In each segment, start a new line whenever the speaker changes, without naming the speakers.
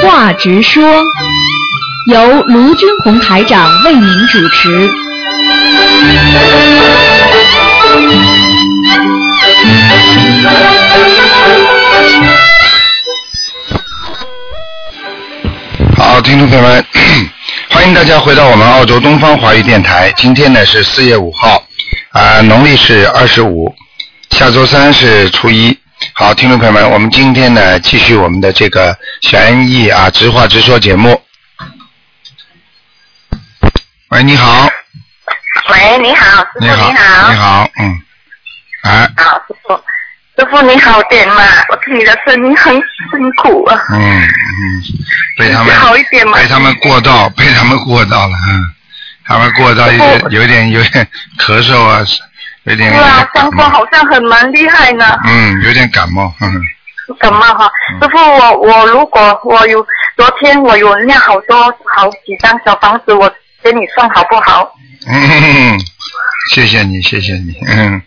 话直说，由卢军红台长为您主持。
好，听众朋友们， 欢迎大家回到我们澳洲东方华语电台。今天呢是四月五号，啊、农历是二十五，下周三是初一。好，听众朋友们，我们今天呢继续我们的这个悬疑啊直话直说节目。喂，你好，
喂，你好，师傅
你好，
好，
你好，嗯，哎，
好师傅，师傅你好点嘛？我听你的声音很辛苦啊，
嗯嗯，被他们
好一点嘛？
被他们过到，被他们过到了，嗯，他们过到有点有点有点咳嗽啊，有点
是
有
啊
点，
伤
感
风
冒，
好像很蛮厉害呢，
嗯，有点感冒，嗯
感冒哈。
嗯
师傅，我我如果我有昨天我有念好多好几张小房子，我给你送好不好？
嗯，谢谢你，谢谢你，嗯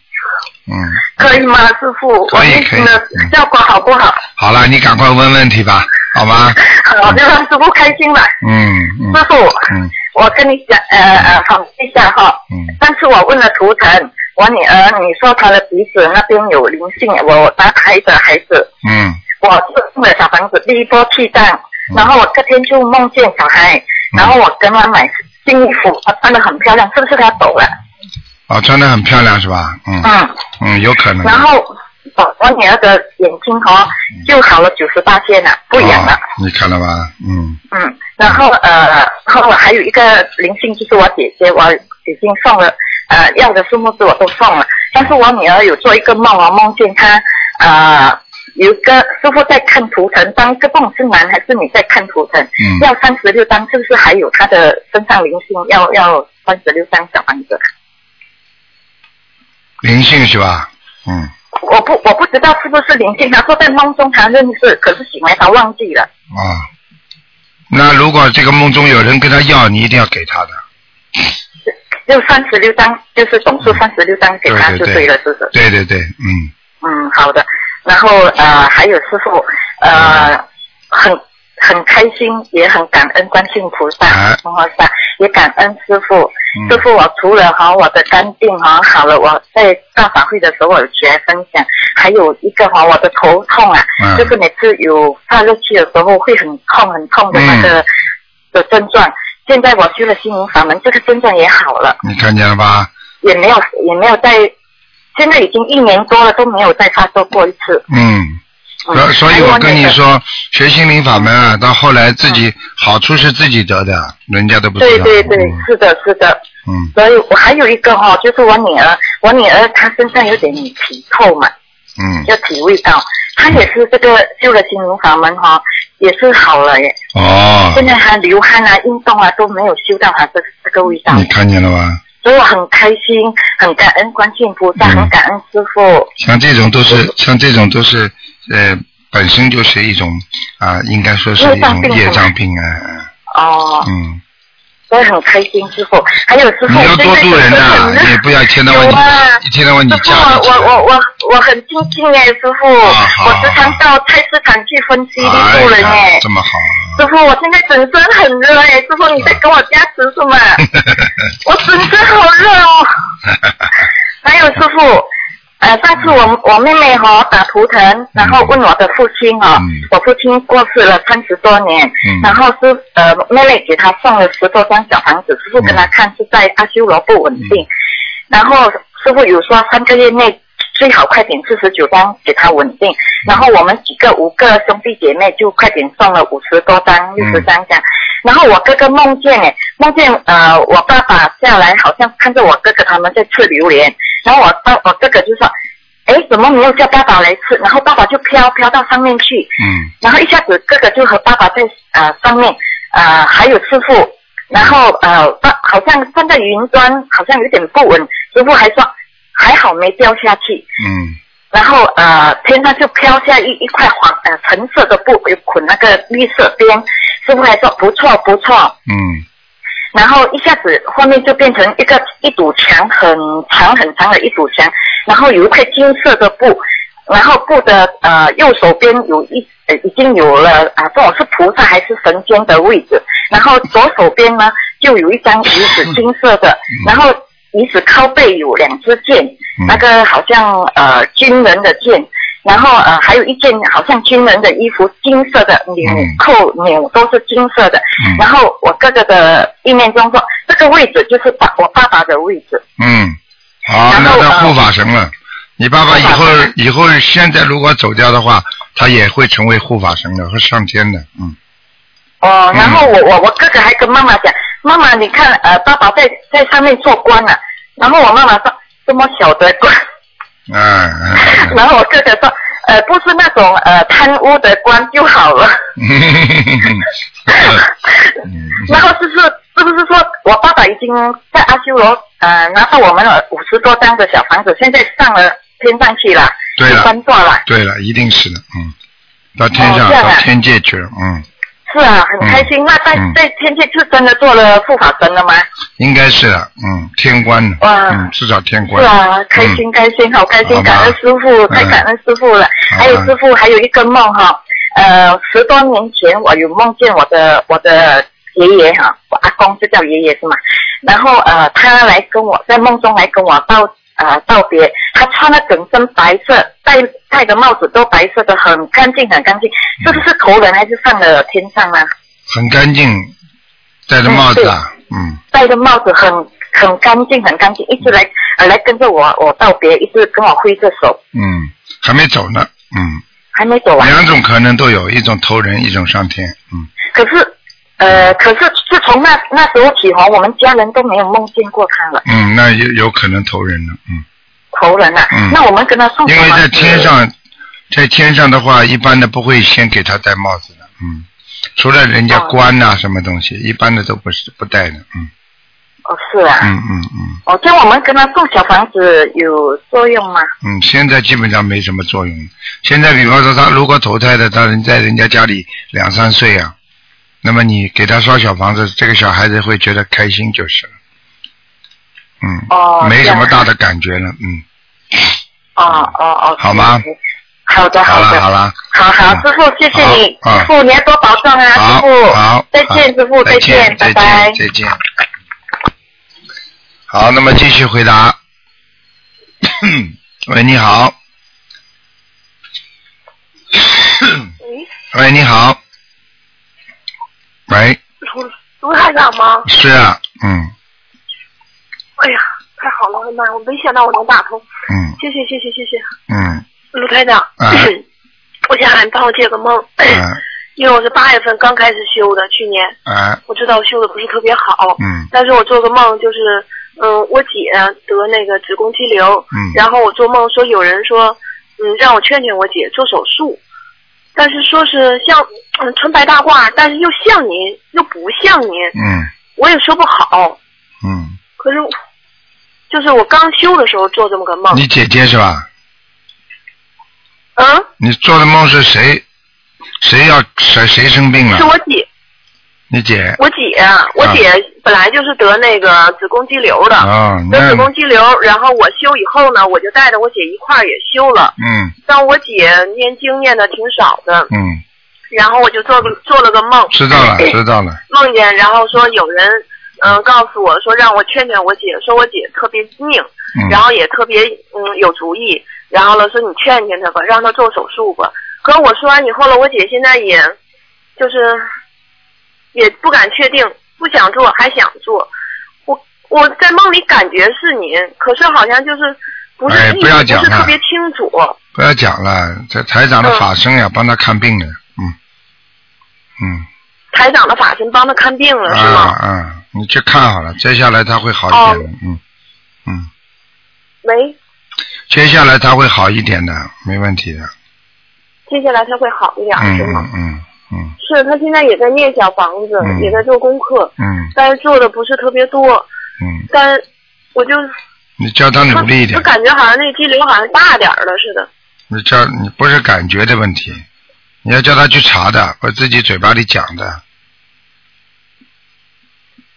嗯，
可以吗，师傅？我
可以
念
可以
的
嗯
效果好不好？
好了，你赶快问问题吧，好吧？
好，就让师傅开心了。
嗯嗯
师傅，
嗯
我跟你讲，呃呃，反馈一下哈。
嗯
上次我问了图腾，我女儿你说她的鼻子那边有灵性，我打胎的孩子，
嗯
我是送了小房子第一波气弹，然后我隔天就梦见小孩，然后我跟他买新衣服，她穿的很漂亮，是不是她走了？
哦，穿的很漂亮是吧？嗯
嗯，
嗯，有可能。
然后我我女儿的眼睛哦就好了九十八天了，不痒了
哦。你看了吧？嗯
嗯，然后呃，然后我还有一个灵性就是我姐姐，我已经送了，呃，要的数目字我都送了，但是我女儿有做一个梦，我梦见她呃有一个师傅在看图腾，当这梦是男还是女在看图腾？
嗯，
要三十六张，是不是还有她的身上灵性要要三十六张小房子？
灵性是吧？嗯
我不我不知道是不是灵性，她说在梦中她认识，可是醒来她忘记了。
哦，那如果这个梦中有人跟他要，你一定要给他的。
就三十六张，就是总数三十六张给她
对
就
对对
对了，是不是？
对对对，嗯
嗯，好的。然后呃，还有师傅呃，很很开心，也很感恩观世音菩萨、
哎
摩诃萨，也感恩师傅。
嗯
师傅，我除了哈我的肝病哈好了，我在大法会的时候我有起来分享，还有一个哈我的头痛啊，
嗯
就是每次有发热气的时候会很痛很痛的那
嗯
个、的症状。现在我修了心灵法门，这个症状也好了，
你看见了吧？
也没有也没有在，现在已经一年多了都没有再发作过一次。
嗯，所
嗯
所以我跟你，
还有那个
说，学心灵法门啊，到后来自己好处是自己得的，人家都不知
对
道。
对对，是的，是的。
嗯
所以我还有一个哈、就是我女儿，我女儿她身上有点体臭嘛，
嗯嗯，
叫体味道，她也是这个修了心灵法门哈、也是好了耶。
哦，
现在她流汗啊、运动啊都没有修到她这这个味道
你，看见了吧？
所以我很开心，很感恩观世音菩萨，
嗯
很感恩师傅。
像这种都
嗯
是，像这种都是，呃，本身就是一种啊，应该说是一种业障病啊。
哦，
嗯，
所以很开心，师傅。还有师傅，
你要多度人呐、
我最近真的很
你不要一天到晚
有啊
你一天到晚你
师傅，
家里
我
去了
我我我我很敬敬哎，师傅，
啊好
我时常到菜市场去分析利度人
哎
哎
呀，这么好
师傅，我现在整身很热哎，师傅你在跟我加持是吗？
嗯
我整身好热哦。还有师
嗯
傅，呃，上次我我妹妹哈、打图腾，然后问我的父亲哈、
嗯
我父亲过世了三十多年，
嗯
然后是呃妹妹给他送了十多张小房子，师傅跟他看是在阿修罗不稳定，然后师傅有说三个月内。最好快点四十九张给他稳定，然后我们几个五个兄弟姐妹就快点送了五十多张、六十张这样。然后我哥哥梦见哎，梦见呃我爸爸下来，好像看着我哥哥他们在吃榴莲，然后我爸我哥哥就说，哎怎么没有叫爸爸来吃？然后爸爸就飘飘到上面去，
嗯
然后一下子哥哥就和爸爸在呃上面，呃还有师傅，然后呃爸好像站在云端，好像有点不稳，师傅还说还好没掉下去，
嗯
然后呃，天上就飘下一一块黄呃橙色的布，有捆那个绿色边，师傅还说不错不错，
嗯
然后一下子后面就变成一个一堵墙，很长很长的一堵墙，然后有一块金色的布，然后布的呃右手边有一呃已经有了啊，不管是菩萨还是神仙的位置。然后左手边呢就有一张椅子，金色的，然后椅子靠背有两支箭，
嗯
那个好像呃军人的箭。然后呃，还有一件好像军人的衣服，金色的纽
嗯
扣纽都是金色的。
嗯
然后我哥哥的意念中说，这个位置就是爸我爸爸的位置。
嗯，好，
然
那
后
他
呃
护法神了。你爸爸以后
护法神
以后现在如果走掉的话，他也会成为护法神的，会上天的。嗯，
哦，
嗯
然后我我我哥哥还跟妈妈讲，妈妈你看呃，爸爸在在上面做官了、然后我妈妈说这么小的官，
哎、嗯，
然后我哥哥说呃不是那种呃贪污的官就好了。
嗯
然后是不是是不是说我爸爸已经在阿修罗呃拿到我们的五十多张的小房子，现在上了天上去了，
对
就
了，
翻座了。
对了，一定是的。嗯，到天上，
哦这样啊
到天界去了。嗯，
是啊，很开心。那在
嗯
在天界是真的做了护法神了吗？
应该是的。嗯，天官的。
哇
嗯，至少天官。
是啊，开心开心，好开
好
心，
吧嗯
感恩师傅，太感恩师傅了。还
啊
有师傅，还有一个梦哈，呃，十多年前我有梦见我的我的爷爷哈，我阿公就叫爷爷是吗？然后呃，他来跟我在梦中来跟我道呃道别，他穿了整身白色，戴戴的帽子都白色的，很干净很干净，
嗯
是不是头人还是上了天上啊？
很干净，戴着帽子啊。嗯
戴着帽子很很干净很干净，一直来呃来跟着我我道别，一直跟我挥着手，
嗯，还没走呢。嗯，
还没走完。
两种可能都有，一种投人，一种上天。嗯。
可是，呃，可是自从那那时候起哈，我们家人都没有梦见过他了，
嗯，那有有可能投人了，嗯，
头人啊。
嗯
那我们跟他送
因
什
为
么
在天上，在天上的话，一般的不会先给他戴帽子的，嗯，除了人家
哦
官呐、什么东西，一般的都不是不戴的，嗯
哦，是啊。
嗯嗯嗯
哦，这样我们跟他送小房子有作用吗？
嗯，现在基本上没什么作用。现在比方说他如果投胎的，他人在人家家里两三岁啊，那么你给他烧小房子，这个小孩子会觉得开心就是了，嗯，
哦，
没什么
这样
大的感觉了，嗯，
哦哦哦。
好吗
行？行好的，
好
的，
了好
好
了，
好师傅，谢谢你，
好啊
师傅你要多保重啊，
好
师傅。
好，
再见
好
师傅
再见，再
再见拜拜
见，再见。好，那么继续回答。 喂，你好。
哎
喂，你好。喂，
卢卢台长吗？
是啊，嗯
哎呀，太好了，我的妈呀！我没想到我能打通，
嗯
谢谢谢谢谢谢
嗯
卢台长。
啊
我想喊你帮我解个梦，
嗯
因为我是八月份刚开始修的，去年
啊
我知道我修的不是特别好，
嗯
但是我做个梦就是，嗯，我姐得那个子宫肌瘤，
嗯
然后我做梦说有人说，嗯，让我劝劝我姐做手术，但是说是像嗯穿白大褂，但是又像您又不像您，
嗯
我也说不好。
嗯，
可是我，就是我刚修的时候做这么个梦。
你姐姐是吧？
嗯，
你做的梦是谁？谁要谁谁生病
是
了？
我姐，
你姐
我姐，我姐本来就是得那个子宫肌瘤的，
啊，
得
那
子宫肌瘤，然后我修以后呢，我就带着我姐一块儿也修了。
嗯
但我姐念经念的挺少的，
嗯。
然后我就做个做了个梦，
知道 了，知道了，
梦见然后说有人嗯、呃告诉我说让我劝劝我姐，说我姐特别拧，
嗯，
然后也特别嗯有主意，然后呢说你劝劝她吧，让她做手术吧。可我说完以后了，我姐现在也，就是也不敢确定，不想做还想做。我我在梦里感觉是您，可是好像就是不是、
哎
一
不要
直
讲
不是
了
特别清楚。
不要讲了，这台长的法身呀，帮他看病的，嗯，嗯，
台长的法身帮她看病了、
啊
是吗？
啊，你去看好了，接下来他会好一点的，嗯嗯，
喂，
接下来他会好一点的，没问题的，
接下来她会好一点、
嗯
是吗
嗯？嗯嗯
是她现在也在念小房子，
嗯
也在做功课，
嗯
但是做的不是特别多。
嗯，
但我就
你叫他努力一点
我，感觉好像那肌瘤好像大点儿了似的。
你叫你不是感觉的问题，你要叫他去查的，不是自己嘴巴里讲的，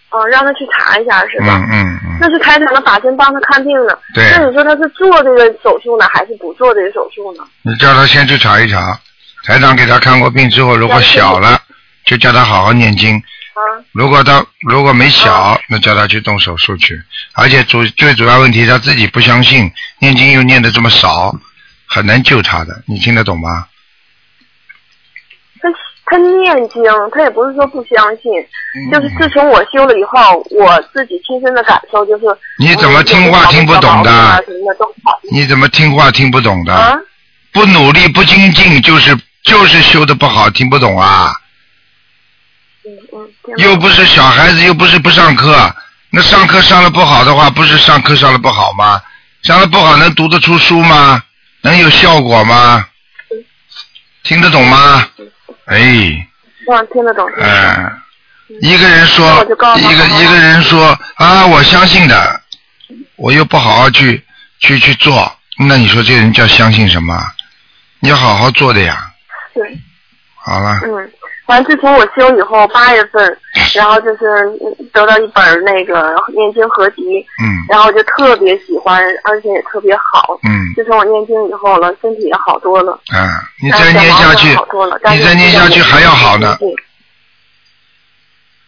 哦，让他去查一下是
嗯
吧？
嗯嗯，
那是台长的法身帮他看病呢。
对，
那你说他是做这个手术呢，还是不做这个手术呢？
你叫他先去查一查，台长给他看过病之后，如果小了，就叫他好好念经；
啊，
如果他如果没
哦
小，那叫他去动手术去。而且主最主要问题他自己不相信，念经又念的这么少，很难救他的。你听得懂吗？
他他念经，他也不是说不相信，
嗯
就是自从我修了以后，我自己亲身的感受就是，
你怎么听话听不懂的
啊什么的都好
你怎么听话听不懂的？
啊，
不努力不精进，就是就是修的不好，听不懂啊？
嗯嗯，这样
又不是小孩子，又不是不上课，那上课上的不好的话，不是上课上的不好吗？上的不好能读得出书吗？能有效果吗？听得懂吗？哎，
这样听得懂，听得
嗯、
懂
一个人
那
说
我就告，诉他
一个
好吗
一个人说啊，我相信的，我又不好好去去去做，那你说这人叫相信什么？你要好好做的呀。
对。
好了，
嗯，完自从我修以后，八月份，然后就是嗯得到一本儿那个念经合集，
嗯
然后就特别喜欢，而且也特别好。
嗯
自从我念经以后了，身体也好多了。
啊，你
然后
再念
小
下
房子
去，
好多了但
你
是
再念下去还要好呢。
对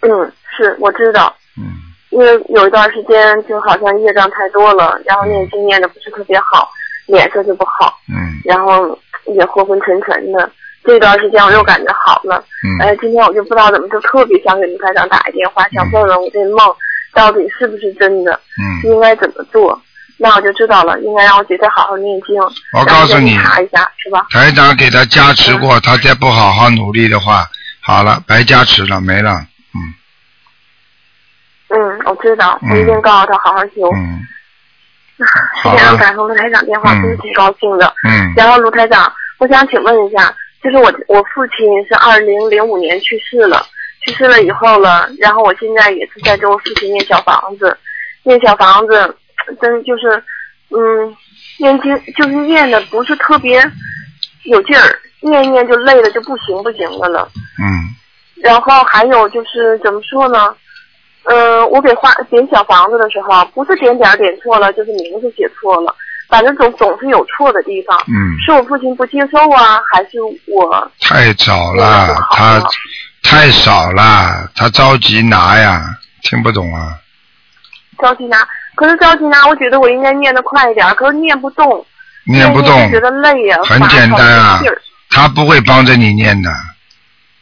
嗯，是我知道，
嗯
因为有一段时间就好像业障太多了，然后念经念的不是特别好，脸色就不好，
嗯
然后也昏昏沉沉的。这段时间我又感觉好了。
嗯，
哎，今天我就不知道怎么，就特别想给卢台长打一电话，想问问我这梦到底是不是真的，
嗯，
应该怎么做？那我就知道了，应该让我姐姐好好念经。
我告诉你
然后再去查一下是吧？
台长给他加持
嗯
过，他再不好好努力的话，好了，白加持了，没了。嗯
嗯，我知道，
嗯
我一定告诉她好好修。
嗯好啊
今天让打通卢台长电话，
嗯
真是挺高兴的。
嗯，
然后卢台长，我想请问一下，就是我我父亲是二零零五年去世了，去世了以后了，然后我现在也是在给我父亲念小房子，念小房子，真就是嗯，念经就是念的不是特别有劲儿，念一念就累的就不行不行的了。
嗯
然后还有就是怎么说呢？呃，我给画点小房子的时候，啊不是点点儿点错了，就是名字写错了，反正总总是有错的地方。
嗯，
是我父亲不接受啊，还是我？
太早了，他太少了，他着急拿呀，听不懂啊。
着急拿，可是着急拿，我觉得我应该念得快一点，可是念不动，
念不
念
动
就，觉得累呀、
很
乏
简单啊
没劲儿
他不会帮着你念的。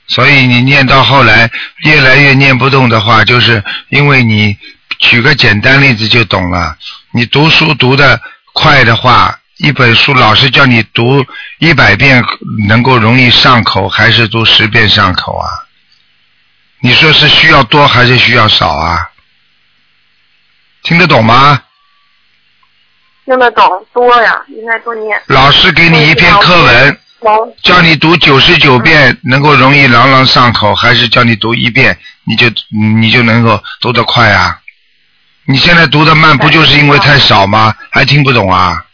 所以你念到后来越来越念不动的话，就是因为你举个简单例子就懂了。你读书读得快的话，一本书老师叫你读一百遍能够容易上口，还是读十遍上口啊？你说是需要多还是需要少啊？听得懂吗？
听得懂多呀，应该多念。嗯
老师给你一篇课文，
能
叫你读九十九
嗯
遍能够容易朗朗上口，还是叫你读一遍你就你就能够读得快啊？你现在读得慢，不就是因为太少吗？还听不懂啊？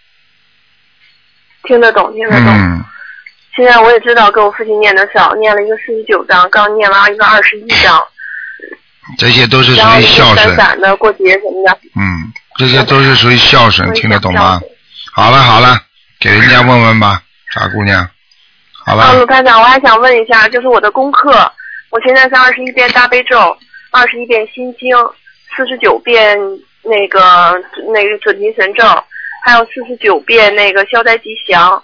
听得懂，听得懂。
嗯
现在我也知道给我父亲念的少，念了一个四十九章，刚念完一个二十一章，
这些都是属
然后
于
就
孝
散
顺，
散的过节什么的。
嗯，这些都是属于孝顺，
我
嗯
也
听得
想
懂
孝
吗
顺？
好了好了，给人家问问吧，傻姑娘，好吧
啊，，鲁班长，我还想问一下，就是我的功课，我现在是二十一遍大悲咒，二十一遍心经，四十九遍那个那个准提神咒，还有四十九遍那个消灾吉祥，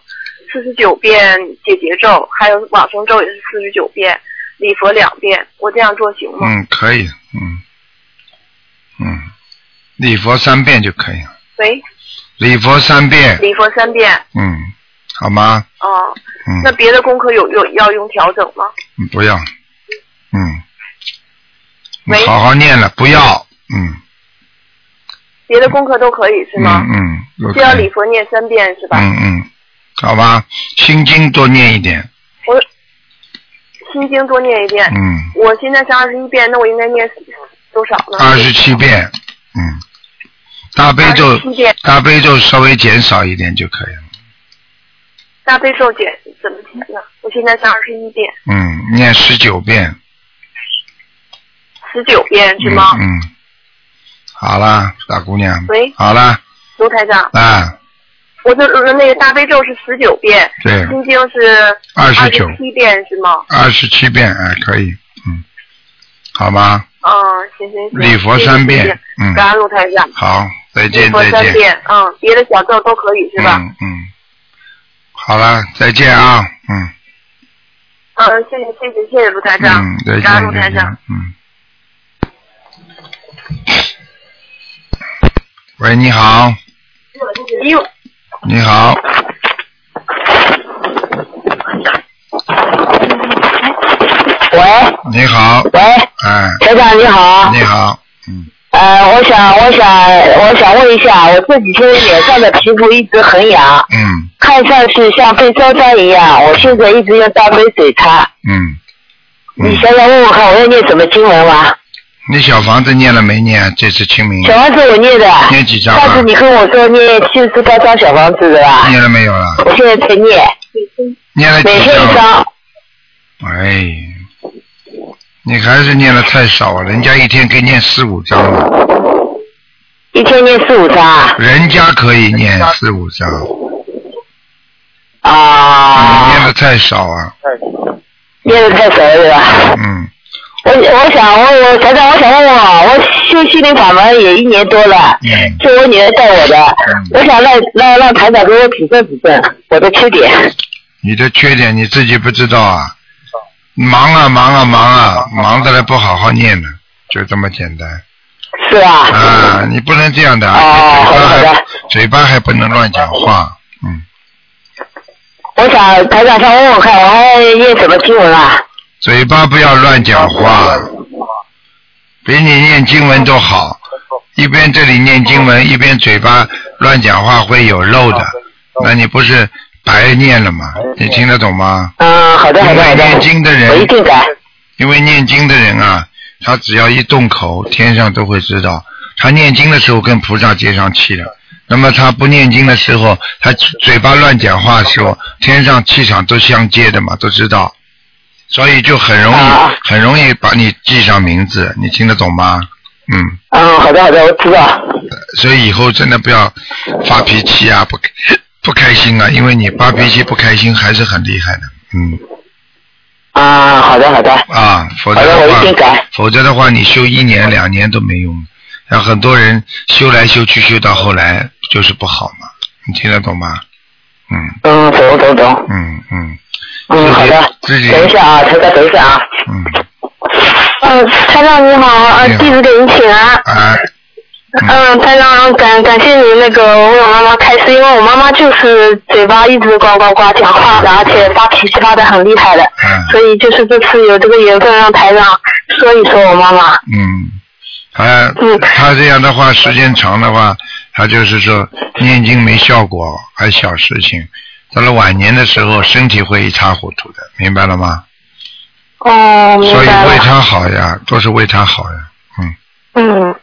四十九遍解结咒，还有往生咒也是四十九遍，礼佛两遍，我这样做行吗？
嗯，可以，嗯嗯，礼佛三遍就可以了，
喂，
礼佛三遍，
礼佛三遍，
嗯，好吗？
哦、
嗯。
那别的功课有有要用调整吗？
嗯，不要，嗯，
喂
好好念了，不要，嗯，
别的功课都可以是吗？
嗯嗯，有
就要
可能
礼佛念三遍是吧？
嗯嗯，好吧，心经多念一点，
我心经多念一遍。
嗯，
我现在是二十一遍，那我应该念多少呢？
二十七遍，嗯，大悲咒
27遍，
大悲咒稍微减少一点就可以了，
大悲咒减怎么减呢？我现在是二十一遍，
嗯，念十九遍，
十九遍是
嗯
吗？
嗯，好啦，大姑娘，
喂
好啦，
卢台长，
啊，
我的呃那个大悲咒是十九遍，
对，
心经是
29
七遍是吗？
二十七遍，哎，可以，嗯，好吗？
嗯，行行行。
礼佛三遍
谢谢
嗯
感恩卢台长。
好，再
礼
见，
佛
再
三
见，
遍，嗯，别的小咒都可以是吧？
嗯嗯，好了，再见啊，嗯
嗯，谢谢谢谢谢谢卢台长
嗯，，再
感恩
见
卢
再
台
见
长。，
嗯。喂，你好，
哟，
你好，
喂
你好，
喂，
哎，
台长你好，
你好，嗯，
呃，我想我想我想问一下，我这几天脸上的皮肤一直很痒，
嗯
看上去像被烧伤一样，我现在一直用大杯水擦。
嗯，
你
嗯，
想想问我看，我要念什么经文吗？
你小房子念了没念啊？这次清明
小房子我念的，
念几张
上
啊
次？你跟我说念七十八张小房子的吧？
念了没有了？
我现在在念，
念了几
每天
张？
一张。
哎，你还是念的太少，啊人家一天可以念四五章了，
一天念四五张啊
人家可以念四五章，你念
啊
的，太少啊，
念的太少了是吧？
嗯，
我我想问我台长，我想问问啊，我修心灵法门也一年多了，
嗯
是我女儿带我的，我想让让让台长给我指正指正我的缺点。
你的缺点你自己不知道啊，忙啊忙啊忙啊，忙的来不好好念呢，就这么简单
是啊，
啊，你不能这样的，
哦
而且嘴巴
好
还嘴巴
的好的
还不能乱讲话，嗯，
我想台长想问我看，我还念什么经文啊？
嘴巴不要乱讲话，比你念经文都好。一边这里念经文，一边嘴巴乱讲话会有漏的，那你不是白念了吗？你听得懂吗？
嗯，好的好
因
的好
为
的，
念经的
我一
人，
定改。
因为念经的人啊，他只要一动口，天上都会知道。他念经的时候跟菩萨接上气了，那么他不念经的时候，他嘴巴乱讲话的时候，天上气场都相接的嘛，都知道，所以就很容易
啊
很容易把你记上名字，你听得懂吗？嗯。
嗯，好的好的，我知道。
所以以后真的不要发脾气啊，不不开心啊，因为你发脾气不开心还是很厉害的，嗯
啊，好的好的，
啊，否则
好的，我
的
一定
话，
改。
否则的话你修一年两年都没用，像很多人修来修去修到后来就是不好嘛，你听得懂吗？嗯
嗯，懂懂懂。
嗯嗯
嗯，好的。
自己
等一下啊，台长，等一下啊。
嗯，
嗯，台长你好
呃你好弟
子给您请安。
啊
嗯，台长，感感谢你那个为我妈妈开示，因为我妈妈就是嘴巴一直呱呱呱讲话的，而且发脾气发的很厉害的，
啊
所以就是这次有这个缘分让台长说一说我妈妈。
嗯，他
嗯
他这样的话，时间长的话，他就是说念经没效果，还小事情。到了晚年的时候，身体会一塌糊涂的，明白了吗？
哦，明
所以
白
为
了。
他好呀，都是为他好呀。嗯
嗯，
嗯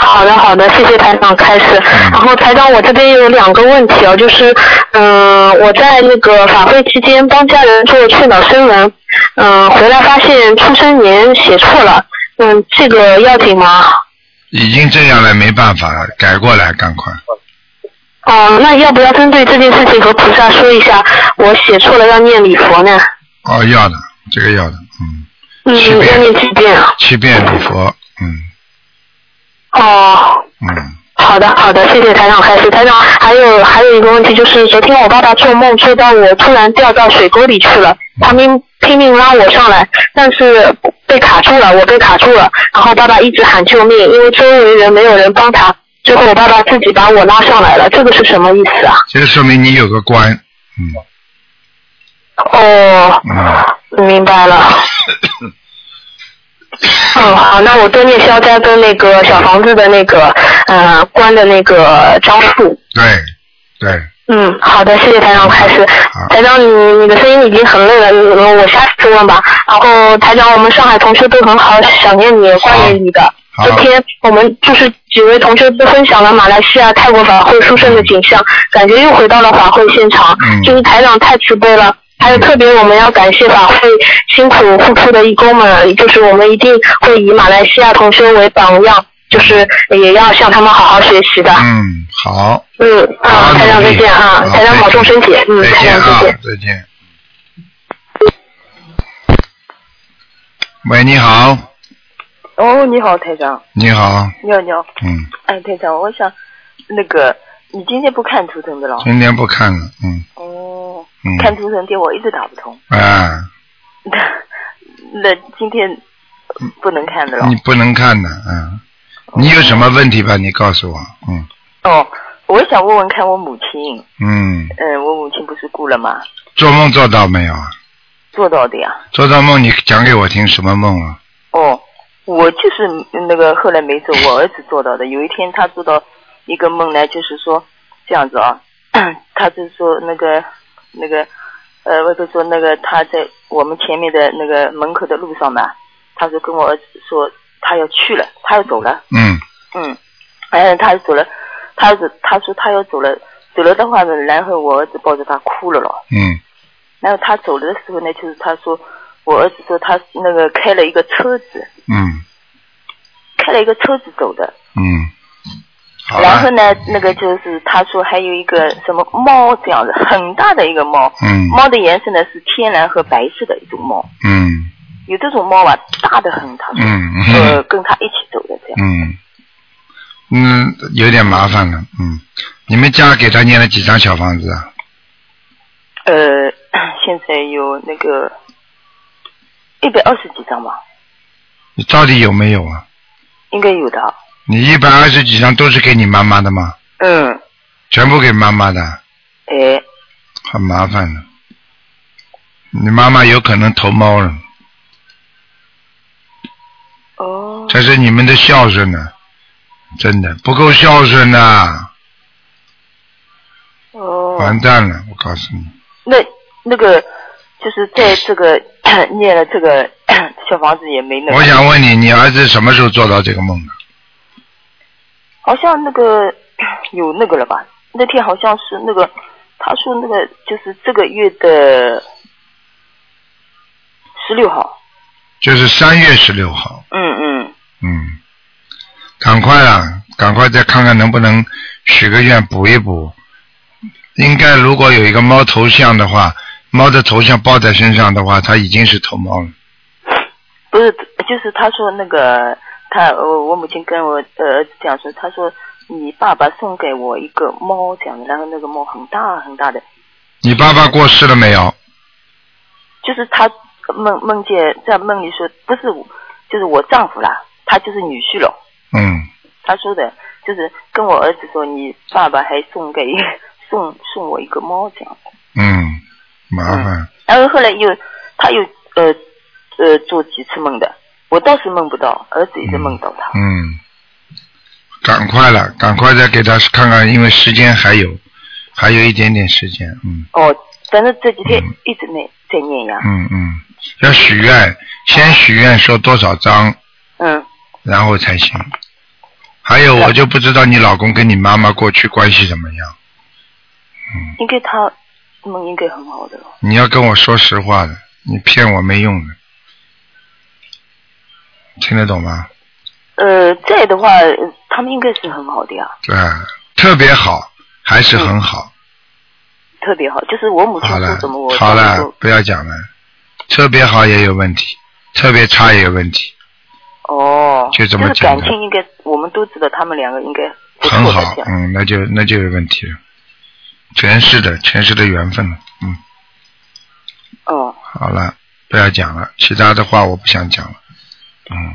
好的好的，谢谢台长开示。然后台长，我这边有两个问题哦，就是嗯、我在那个法会期间帮家人做劝导声文，嗯、回来发现出生年写错了，嗯，这个要紧吗？
已经这样了，没办法了，改过来，赶快。
哦，那要不要针对这件事情和菩萨说一下？我写错了，要念礼佛呢？
哦，要的，这个要的，嗯，
嗯，
七遍
要念几遍啊？
七遍礼佛，嗯
哦，
嗯
好的，好的，谢谢台长开始。台长，还有还有一个问题就是，昨天我爸爸做梦，做到我突然掉到水沟里去了，他们拼命拉我上来，但是被卡住了，我被卡住了，然后爸爸一直喊救命，因为周围人没有人帮他，最后我爸爸自己把我拉上来了，这个是什么意思啊？
这个说明你有个关，嗯
哦，
嗯。
明白了。嗯，好，那我多念消灾跟那个小房子的那个呃关的那个招数。
对对，
嗯，好的，谢谢台长，开始。台长，你你的声音已经很累了，你我下次问吧。然后台长，我们上海同学都很好，想念你，挂念你的。
好
昨天我们就是几位同学都分享了马来西亚、泰国法会殊胜的景象，感觉又回到了法会现场。
嗯
就是台长太慈悲了。还有特别，我们要感谢法会辛苦付出的义工们，就是我们一定会以马来西亚同学为榜样，就是也要向他们好好学习的。
嗯，好，
嗯，啊，台长再见啊，台长保重身体，嗯，
再
台
见
长
啊
谢谢。，
再见。喂，你好，
哦，你好，台长，
你好，
你好，你好，
嗯，
哎，台长，我想那个，你今天不看图腾的了？
今天不看了，嗯
哦，看
嗯，
图腾电我一直打不通，
啊，
那今天嗯不哦能看的了
你。不能看的，嗯，你有什么问题吧？你告诉我，嗯
哦，我想问问看我母亲，
嗯，
嗯，我母亲不是故了吗？
做梦做到没有啊？
做到的呀。
做到梦，你讲给我听什么梦啊？
哦，我就是那个后来没做，我儿子做到的。有一天他做到一个梦呢，就是说这样子啊， 他就说那个那个呃，我就说那个他在我们前面的那个门口的路上嘛，他就跟我儿子说他要去了，他要走了，
嗯
嗯，哎，他走了，他走，他说他要走了，走了的话呢，然后我儿子抱着他哭了咯。
嗯
然后他走了的时候呢，就是他说，我儿子说他那个开了一个车子，
嗯
开了一个车子走的。
嗯，好
然
了，
后呢，那个就是他说还有一个什么猫这样子，很大的一个猫，
嗯
猫的颜色呢是天蓝和白色的一种猫。
嗯
有这种猫啊，大的很，他说，
嗯
呃，跟他一起走的这样。
嗯嗯，有点麻烦了，嗯，你们家给他念了几张小房子啊？
呃， 现在有那个一百二十几张吧，
你到底有没有啊？
应该有的啊。
你一百二十几张都是给你妈妈的吗？
嗯，
全部给妈妈的，啊
哎，
很麻烦的。你妈妈有可能投猫了，
哦，
这是你们的孝顺呢、真的不够孝顺呐、
哦，
完蛋了！我告诉你，
那那个就是在这个 念了这个 小房子也没那个，
我想问你，你儿子什么时候做到这个梦的？
好像那个 有那个了吧？那天好像是那个他说那个就是这个月的十六号，
就是三月十六号，
嗯嗯，
嗯，赶快啊，赶快再看看能不能许个愿补一补。应该如果有一个猫头像的话，猫的头像抱在身上的话，它已经是头猫了。
不是，就是他说那个他我我母亲跟我呃儿子这样说，他说你爸爸送给我一个猫这样的，然后那个猫很大很大的，
你爸爸过世了没有？
就是他梦梦见在梦里说，不是我，就是我丈夫啦，他就是女婿了。
嗯，
他说的就是跟我儿子说，你爸爸还送给送送我一个猫这样。
嗯，麻烦。
然后后来又他又呃呃做几次梦的，我倒是梦不到，儿子一直梦到他。
嗯，赶快了，赶快再给他看看，因为时间还有，还有一点点时间。嗯
哦，反正这几天一直在在念呀。
嗯嗯，要许愿，先许愿说多少章，
嗯，
然后才行。还有，我就不知道你老公跟你妈妈过去关系怎么样。
应该他梦应该很好的了。
你要跟我说实话的，你骗我没用的，听得懂吗？
呃，在的话，呃他们应该是很好的呀，
对，特别好，还是很好。
特别好。就是我母亲
好
说
了
什么，我，
好
丈
了
夫，
不要讲了。特别好也有问题，特别差也有问题，
哦，
就这么
是
简单
感情应该，我们都知道他们两个应该不
很
错的
好
这，样
嗯，那就那就有问题了。前世的前世的缘分了，嗯，
嗯，
好了，不要讲了，其他的话我不想讲了，嗯。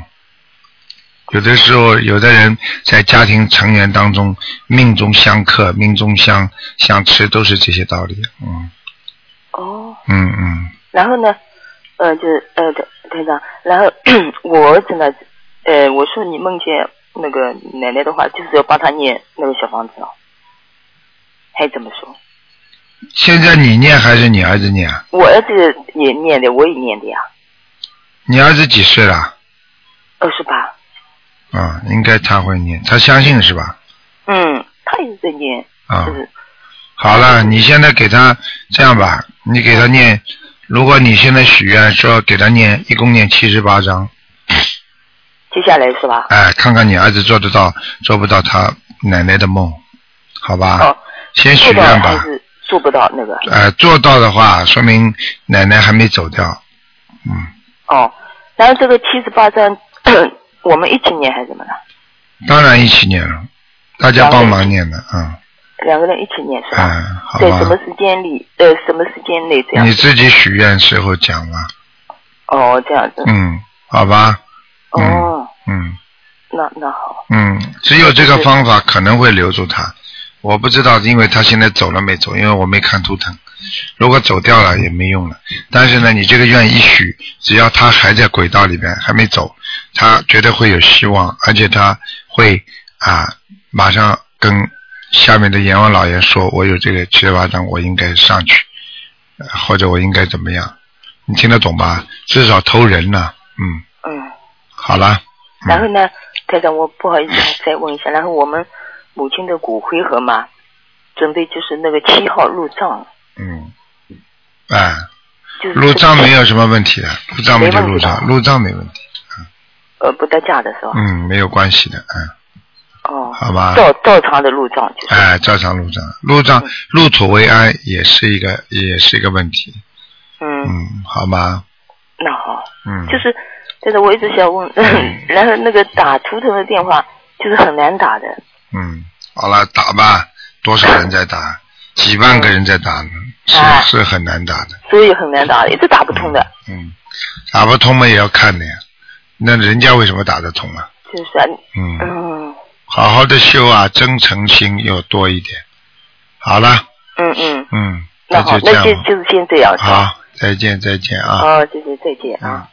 有的时候，有的人在家庭成员当中命中相克、命中相相吃，都是这些道理。嗯
哦，
嗯嗯，
然后呢，呃，就是呃，台台长，然后 我儿子呢，呃，我说你梦见那个奶奶的话，就是要帮他念那个小房子哦，还怎么说？
现在你念还是你儿子念啊？
我儿子也念的，我也念的呀，
你儿子几岁了？
二十八，
啊，应该他会念，他相信是吧？
嗯，他也是在念，
啊
就，是
好了，
嗯
你现在给他这样吧，你给他念，如果你现在许愿说给他念，一共念七十八章，
接下来是吧？
哎，看看你儿子做得到做不到他奶奶的梦，好吧？
哦，
先啊许
做到
愿
还
吧。
是做不到那个？
呃，做到的话，说明奶奶还没走掉。嗯，
哦，然后这个七十八章， 我们一起念还是怎么了？
当然一起念了，大家帮忙念的，嗯，
两个人一起念是吧？
哎，好
在什么
吧。
时间里？呃，什么时间内这样
你？自己许愿时候讲吧。
哦，这样子。
嗯，好吧。嗯
哦，
嗯
那那好。
嗯，只有这个方法可能会留住他。我不知道，因为他现在走了没走，因为我没看图腾。如果走掉了也没用了。但是呢，你这个愿一许，只要他还在轨道里边，还没走，他绝对会有希望，而且他会啊，马上跟下面的阎王老爷说，我有这个七十八张，我应该上去，呃或者我应该怎么样？你听得懂吧？至少投人了、嗯，
嗯，
好了。嗯
然后呢，台长，我不好意思再问一下，然后我们母亲的骨灰盒嘛，准备就是那个七号入葬，
嗯，哎，
就是
入账没有什么问题的，入账没就入账，
没问题的
入账没问题，
呃不得价的是吧？
嗯，没有关系的，嗯，
哦，
好吧，
照照常的入账就是。
哎，照常入账，入账入土为安也是一个也是一个问题，
嗯，
嗯，好吗？
那好，
嗯，
就是，但是我一直想问， 然后那个打图腾的电话就是很难打的，
嗯，好了，打吧，多少人在打？几万个人在打呢，是
哎
是很难打的，
所以很难打，一直打不通的。
嗯，打不通嘛也要看的呀，那人家为什么打得通啊？
就是啊，
嗯，
嗯
好好的修啊，真诚心要多一点。好了，
嗯嗯，
嗯，
那好
就，这
那
样
就
吧。
就是先这样。，
好，再见，再见啊！嗯
好，谢谢，再见啊。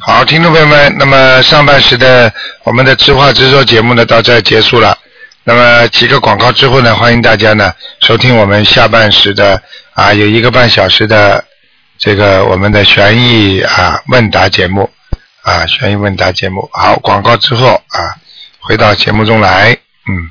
好，听众朋友们，那么上半时的我们的知话直说节目呢，到这儿结束了。那么几个广告之后呢，欢迎大家呢收听我们下半时的啊，有一个半小时的这个我们的悬疑啊问答节目啊，悬疑问答节目。好，广告之后啊，回到节目中来。